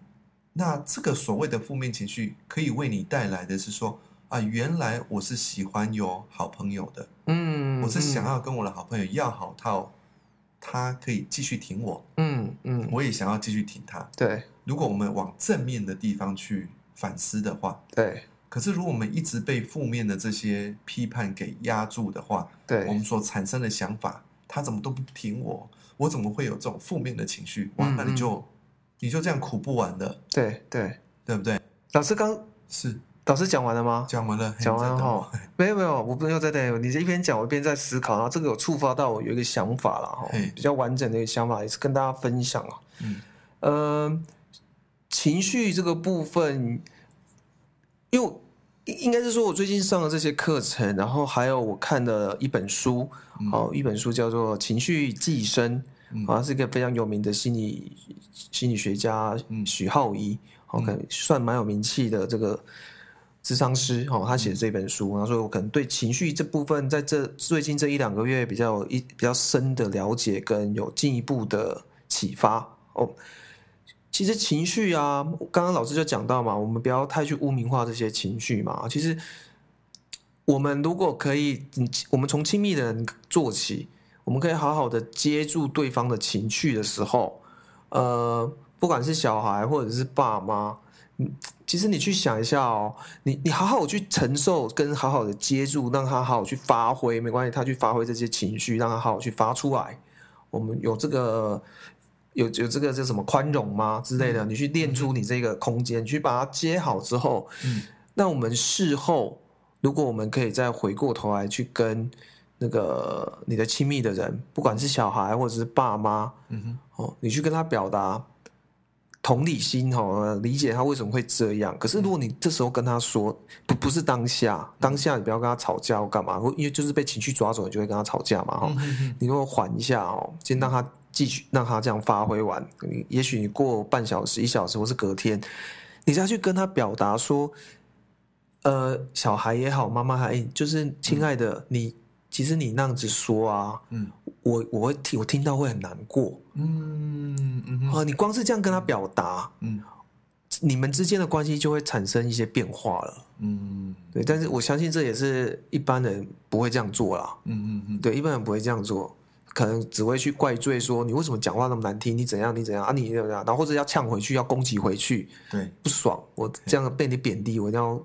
那这个所谓的负面情绪，可以为你带来的是说啊，原来我是喜欢有好朋友的，嗯，我是想嗯要跟我的好朋友要好到他可以继续挺我，嗯嗯，我也想要继续挺他。对如果我们往正面的地方去反思的话，对可是如果我们一直被负面的这些批判给压住的话，我对们所产生的想法，他怎么都不挺我，我怎么会有这种负面的情绪？哇，嗯那你就你就这样苦不完的，对对，对不对？老师刚是老师讲完了吗？讲完了，嘿讲完了你在等哈我，没有没有，我不又在等你，一边讲我一边在思考，然后这个有触发到我有一个想法了哈嘿，比较完整的一个想法，也是跟大家分享啊。嗯，呃，情绪这个部分，因为我应应该是说我最近上了这些课程，然后还有我看了一本书，嗯哦，一本书叫做《情绪寄生》，嗯好像是一个非常有名的心理心理学家嗯许浩一，哦，可能算蛮有名气的这个智商师，哦，他写的这本嗯书，然后说我可能对情绪这部分，在这最近这一两个月比较有一比较深的了解，跟有进一步的启发，哦。其实情绪啊，刚刚老师就讲到嘛，我们不要太去污名化这些情绪嘛。其实我们如果可以，嗯我们从亲密的人做起，我们可以好好的接住对方的情绪的时候，呃，不管是小孩或者是爸妈，嗯，其实你去想一下哦，你你好好地去承受，跟好好的接住，让他好好地去发挥，没关系，他去发挥这些情绪，让他好好地去发出来。我们有这个有有这个叫什么宽容吗之类的，你去练出你这个空间，你去把它接好之后，嗯那我们事后如果我们可以再回过头来去跟那个你的亲密的人，不管是小孩或者是爸妈，嗯哼，哦，你去跟他表达同理心哦，理解他为什么会这样。可是如果你这时候跟他说，不不是当下，当下你不要跟他吵架或干嘛，或因为就是被情绪抓走，你就会跟他吵架嘛哈、哦。你如果缓一下哦，先让他继续让他这样发挥完，你也许你过半小时、一小时或是隔天，你再去跟他表达说，呃，小孩也好，妈妈还、哎就是亲爱的，你其实你那样子说啊，嗯我我会听我听到会很难过。嗯嗯啊、哼你光是这样跟他表达，嗯你们之间的关系就会产生一些变化了。嗯对，但是我相信这也是一般人不会这样做啦。嗯嗯对，一般人不会这样做，可能只会去怪罪说你为什么讲话那么难听，你怎样你怎样啊，你怎样，然后或者要呛回去，要攻击回去，对不爽，我这样被你贬低，我一定要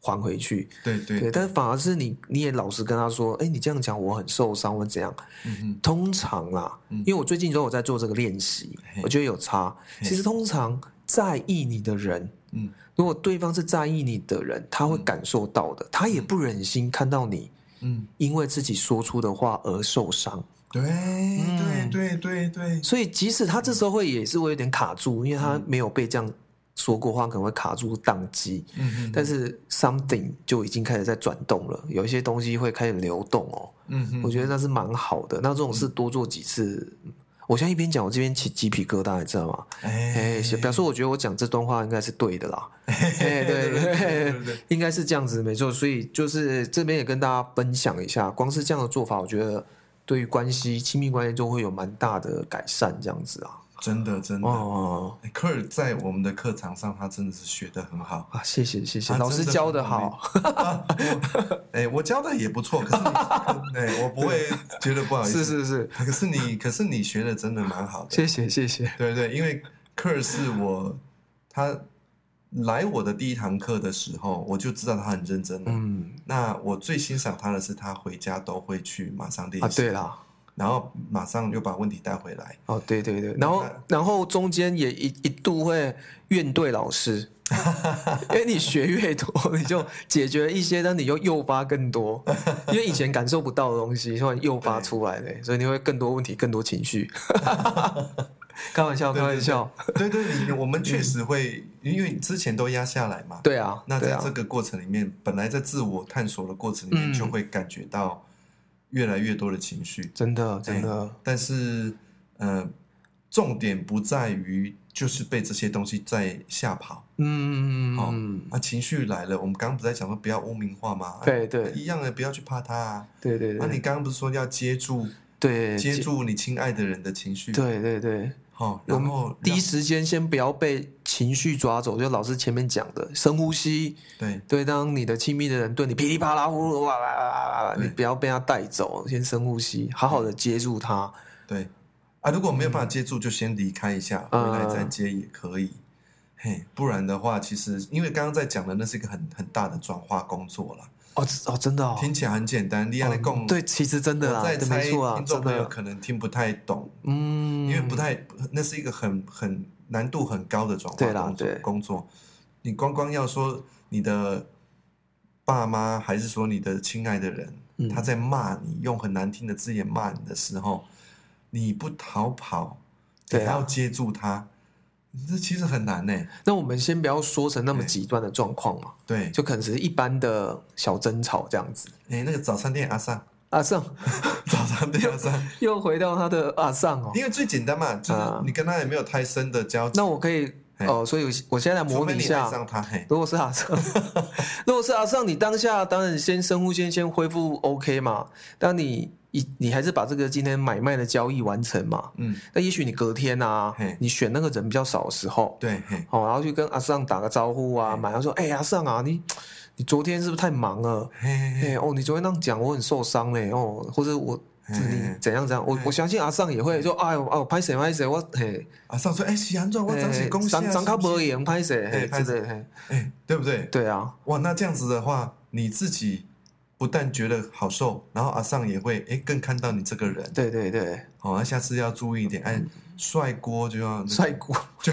还回去。对对对，但反而是你你也老实跟他说，哎，你这样讲我很受伤，我怎样？嗯哼通常啦，嗯因为我最近都有在做这个练习嘿，我觉得有差。其实通常在意你的人，嗯如果对方是在意你的人，他会感受到的，他也不忍心看到你嗯因为自己说出的话而受伤。对对对对对所以即使他这时候会也是会有点卡住，因为嗯他没有被这样说过话，可能会卡住宕机。嗯哼但是 something 就已经开始在转动了，有一些东西会开始流动哦。嗯哼我觉得那是蛮好的。那这种事多做几次，我现在一边讲，我这边起鸡皮疙瘩，你知道吗？哎、哎是表示我觉得我讲这段话应该是对的啦。哎，对对对对对对对，应该是这样子，没错。所以就是这边也跟大家分享一下，光是这样的做法，我觉得对于关系、亲密关系就会有蛮大的改善，这样子啊。真的真的。哦，哎科尔在我们的课堂上，他真的是学得很好。啊，谢谢谢谢，啊老师真的教很的努力好。哎，我教的也不错，可是你哎，我不会觉得不好意思。 [laughs] 是是是，可是你，可是你学的真的蛮好的。谢谢谢谢。对对，因为科尔是我他来我的第一堂课的时候，我就知道他很认真了。嗯那我最欣赏他的是，他回家都会去马上练啊，习，对啦。然后马上又把问题带回来。哦，对对对，然后然后中间也一一度会怨对老师，因为你学越多，你就解决一些，但你又诱发更多，因为以前感受不到的东西，突然诱发出来的，所以你会更多问题，更多情 [laughs] 绪。开玩笑，开玩笑，对对，你我们确实会，因为之前都压下来嘛。对啊，那对在啊这，个过程里面，本来在自我探索的过程里面，嗯就会感觉到越来越多的情绪。真的真的，但是，呃，重点不在于就是被这些东西在吓跑嗯，哦啊，情绪来了，我们刚刚不是在讲说不要污名化吗？啊对对一样的，不要去怕它啊。对对那、你对，刚刚不是说要接住对接，住你亲爱的人的情绪？，呃对对对。好、我然们后第一让时间先不要被情绪抓走，就老师前面讲的，深呼吸，对对，当你的亲密的人对你噼里啪啦、呼噜哇啦啦啦啦，对你不要被他带走，先深呼吸，好好的接住他。对啊，如果没有办法接住，就先离开一下，嗯回来再接也可以。嘿，不然的话，其实因为刚刚在讲的，那是一个很很大的转化工作啦。哦这哦，真的哦，听起来很简单，你亚的共哦对，其实真的啦，我在对猜没错啊，听众真朋友的，可能听不太懂，嗯，因为不太，那是一个很很难度很高的转对化啦工作对工作。你光光要说你的爸妈，还是说你的亲爱的人，嗯他在骂你，用很难听的字眼骂你的时候，你不逃跑，你对啊还要接住他，这其实很难呢、那我们先不要说成那么极端的状况嘛，对，就可能只是一般的小争吵这样子。哎，那个早餐店阿尚，阿尚早餐店 [laughs] 阿尚，又回到他的阿尚哦，因为最简单嘛，就是啊你跟他也没有太深的交集。那我可以嘿哦，所以我现在来模除非拟一你下爱，上他，嘿，如果是阿尚， [laughs] 如果是阿尚，你当下当然先深呼吸，先恢复 OK 嘛。当你一你还是把这个今天买卖的交易完成嘛。嗯，那也许你隔天啊嘿，你选那个人比较少的时候，对，嘿，哦，然后去跟阿尚打个招呼啊，嘿马上说，哎、阿尚啊，你你昨天是不是太忙了？嘿嘿哎、嘿，哦，你昨天那样讲，我很受伤嘞。哦，或者我你怎样怎样，我我相信阿尚也会说，哎呦哦，拍谁拍谁，我嘿，啊，上说哎，喜安壮，我长写嘿恭喜啊，张张是卡不伯是言拍谁，嘿，嘿拍真谁的嘿，哎，对不对？对啊，哇，那这样子的话，你自己不但觉得好受，然后阿尚也会哎更看到你这个人，对对对，好，那下次要注意一点，哎，帅锅就要那个帅锅就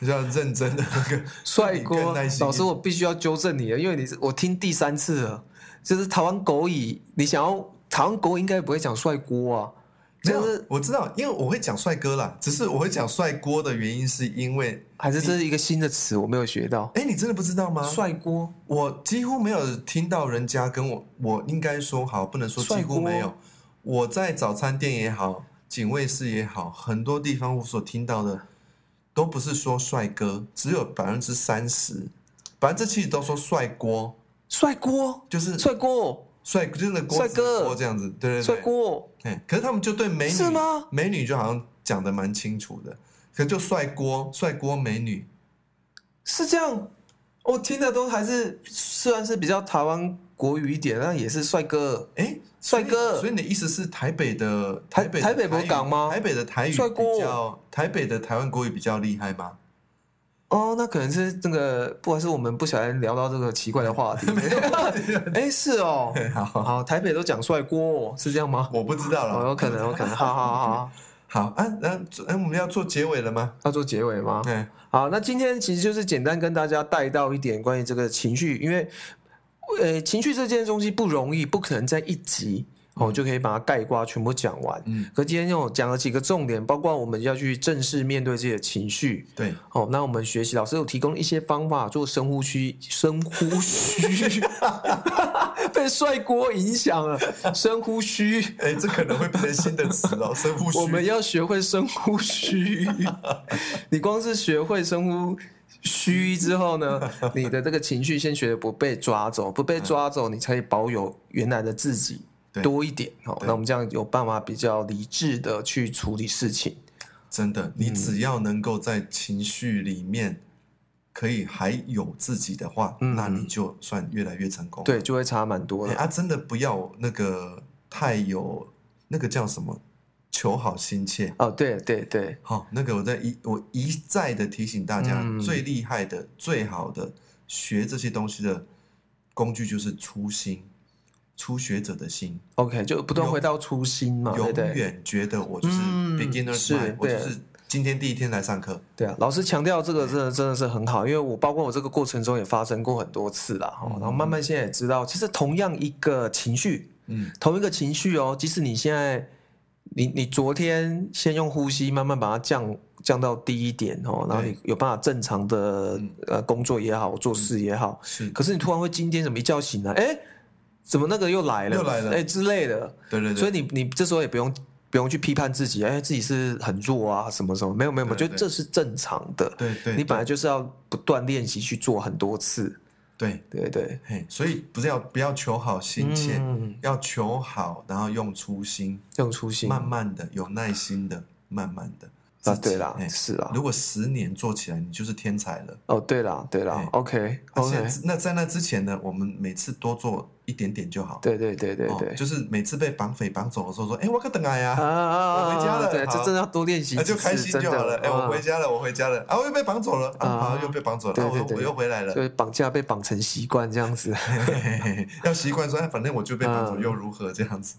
就要 [laughs] 认真的那个， [laughs] 帅你更锅耐心一，点老师我必须要纠正你了，因为你是我听第三次了，就是台湾狗语，你想要台湾狗语应该不会讲帅锅啊，没就有是，我知道，因为我会讲帅哥啦，只是我会讲帅锅的原因是因为，还是这是一个新的词，我没有学到，哎，你真的不知道吗？帅锅我几乎没有听到人家跟我，我应该说好，不能说帅几乎锅没有。我在早餐店也好，警卫室也好，很多地方我所听到的都不是说帅哥，只有百分之三十，百分之七十都说帅锅，帅锅就是帅锅帅，就是那锅帅子哥锅这样子，对对对，帅锅，哎，可是他们就对美女是吗美女就好像讲的蛮清楚的，可就帅锅帅锅美女，是这样，我听的都还是虽然是比较台湾国语一点，但也是帅哥哎，帅哥所以所以你的意思是台北的台北台台北不是语港吗台北的台语帅锅比较，台北的台湾国语比较厉害 [laughs] 吗？哦，那可能是那个，不管是我们不小心聊到这个奇怪的话 [laughs] 题，哎、是哦，好， [laughs] 好，台北都讲帅锅、是这 [laughs] 样吗？我不知道哦，了。有可能，有可能，好好好好，好啊，那哎，我们要做结尾了吗？要做结尾吗？哎，好，那今天其实就是简单跟大家带到一点关于这个情绪，因为呃，情绪这件东西不容易，不可能在一集哦就可以把它盖瓜全部讲完。嗯，可今天又讲了几个重点，包括我们要去正式面对自己的情绪。对，哦，那我们学习老师有提供一些方法做深呼吸，深呼吸， [laughs] 被帅锅影响了，深呼吸。哎，这可能会变成新的词 [laughs] 哦，深呼吸。我们要学会深 [laughs] 呼吸。你光是学会深呼吸之后 [laughs] 呢，你的这个情绪先学得不被抓走，不被抓走，你才可以保有原来的自己对多一点。好，对那我们这样有办法比较理智的去处理事情。真的，嗯你只要能够在情绪里面可以还有自己的话，嗯那你就算越来越成功。对，就会差蛮多哦哎，的。啊，真的不要那个太有那个叫什么求好心切。哦，对对对，好、那个我在一我一再的提醒大家，嗯最厉害的、最好的学这些东西的工具就是初心，初学者的心， OK，就不断有回到初心哦嘛，对不永对？远觉得我就是嗯 beginner's 是 mind，、我就对是今天第一天来上课，对啊，老师强调这个真的真的是很好，因为我包括我这个过程中也发生过很多次啦，哦嗯然后慢慢现在也知道，其实同样一个情绪，嗯，同一个情绪哦，即使你现在，你你昨天先用呼吸慢慢把它降降到低一点哦，然后对你有办法正常的、嗯呃工作也好，做事也好，是，可是你突然会今天怎么一觉醒来，哎，怎么那个又来了，又来了哎之类的，对对对，所以你你这时候也不用不用去批判自己，哎，自己是很弱啊，什么什么，没有没有，我对觉得对这是正常的。对对，你本来就是要不断练习去做很多次，对，对对，嘿，所以不是要不要求好心切，嗯，要求好，然后用初心，这种初心慢慢的，有耐心的，慢慢的。自啊，己哎对啦，嘿是啦，如果十年做起来，你就是天才了。哦，对啦，对啦哎，OK 而且 OK，那在那之前呢，我们每次多做一点点就好。对对对对哦对，就是每次被绑匪绑走的时候说：“哎，我可等啊呀啊，啊我回家了对，好这真的要多练习啊几就开次，心真就好了。的，哎，我回家，家了，我回家了啊，我又被绑走了啊，啊好又被绑走了，对啊，对我又对我又回来了。就是绑架被绑成习惯这样子。嘿嘿嘿 [laughs] 要习惯说，哎反正我就被绑走嗯又如何这样子。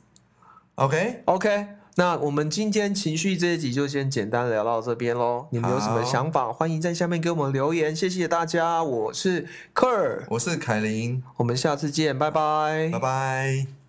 OK， OK，那我们今天情绪这一集就先简单聊到这边喽。你们有什么好想法，欢迎在下面给我们留言，谢谢大家。我是科尔，我是凯琳，我们下次见，拜拜拜拜。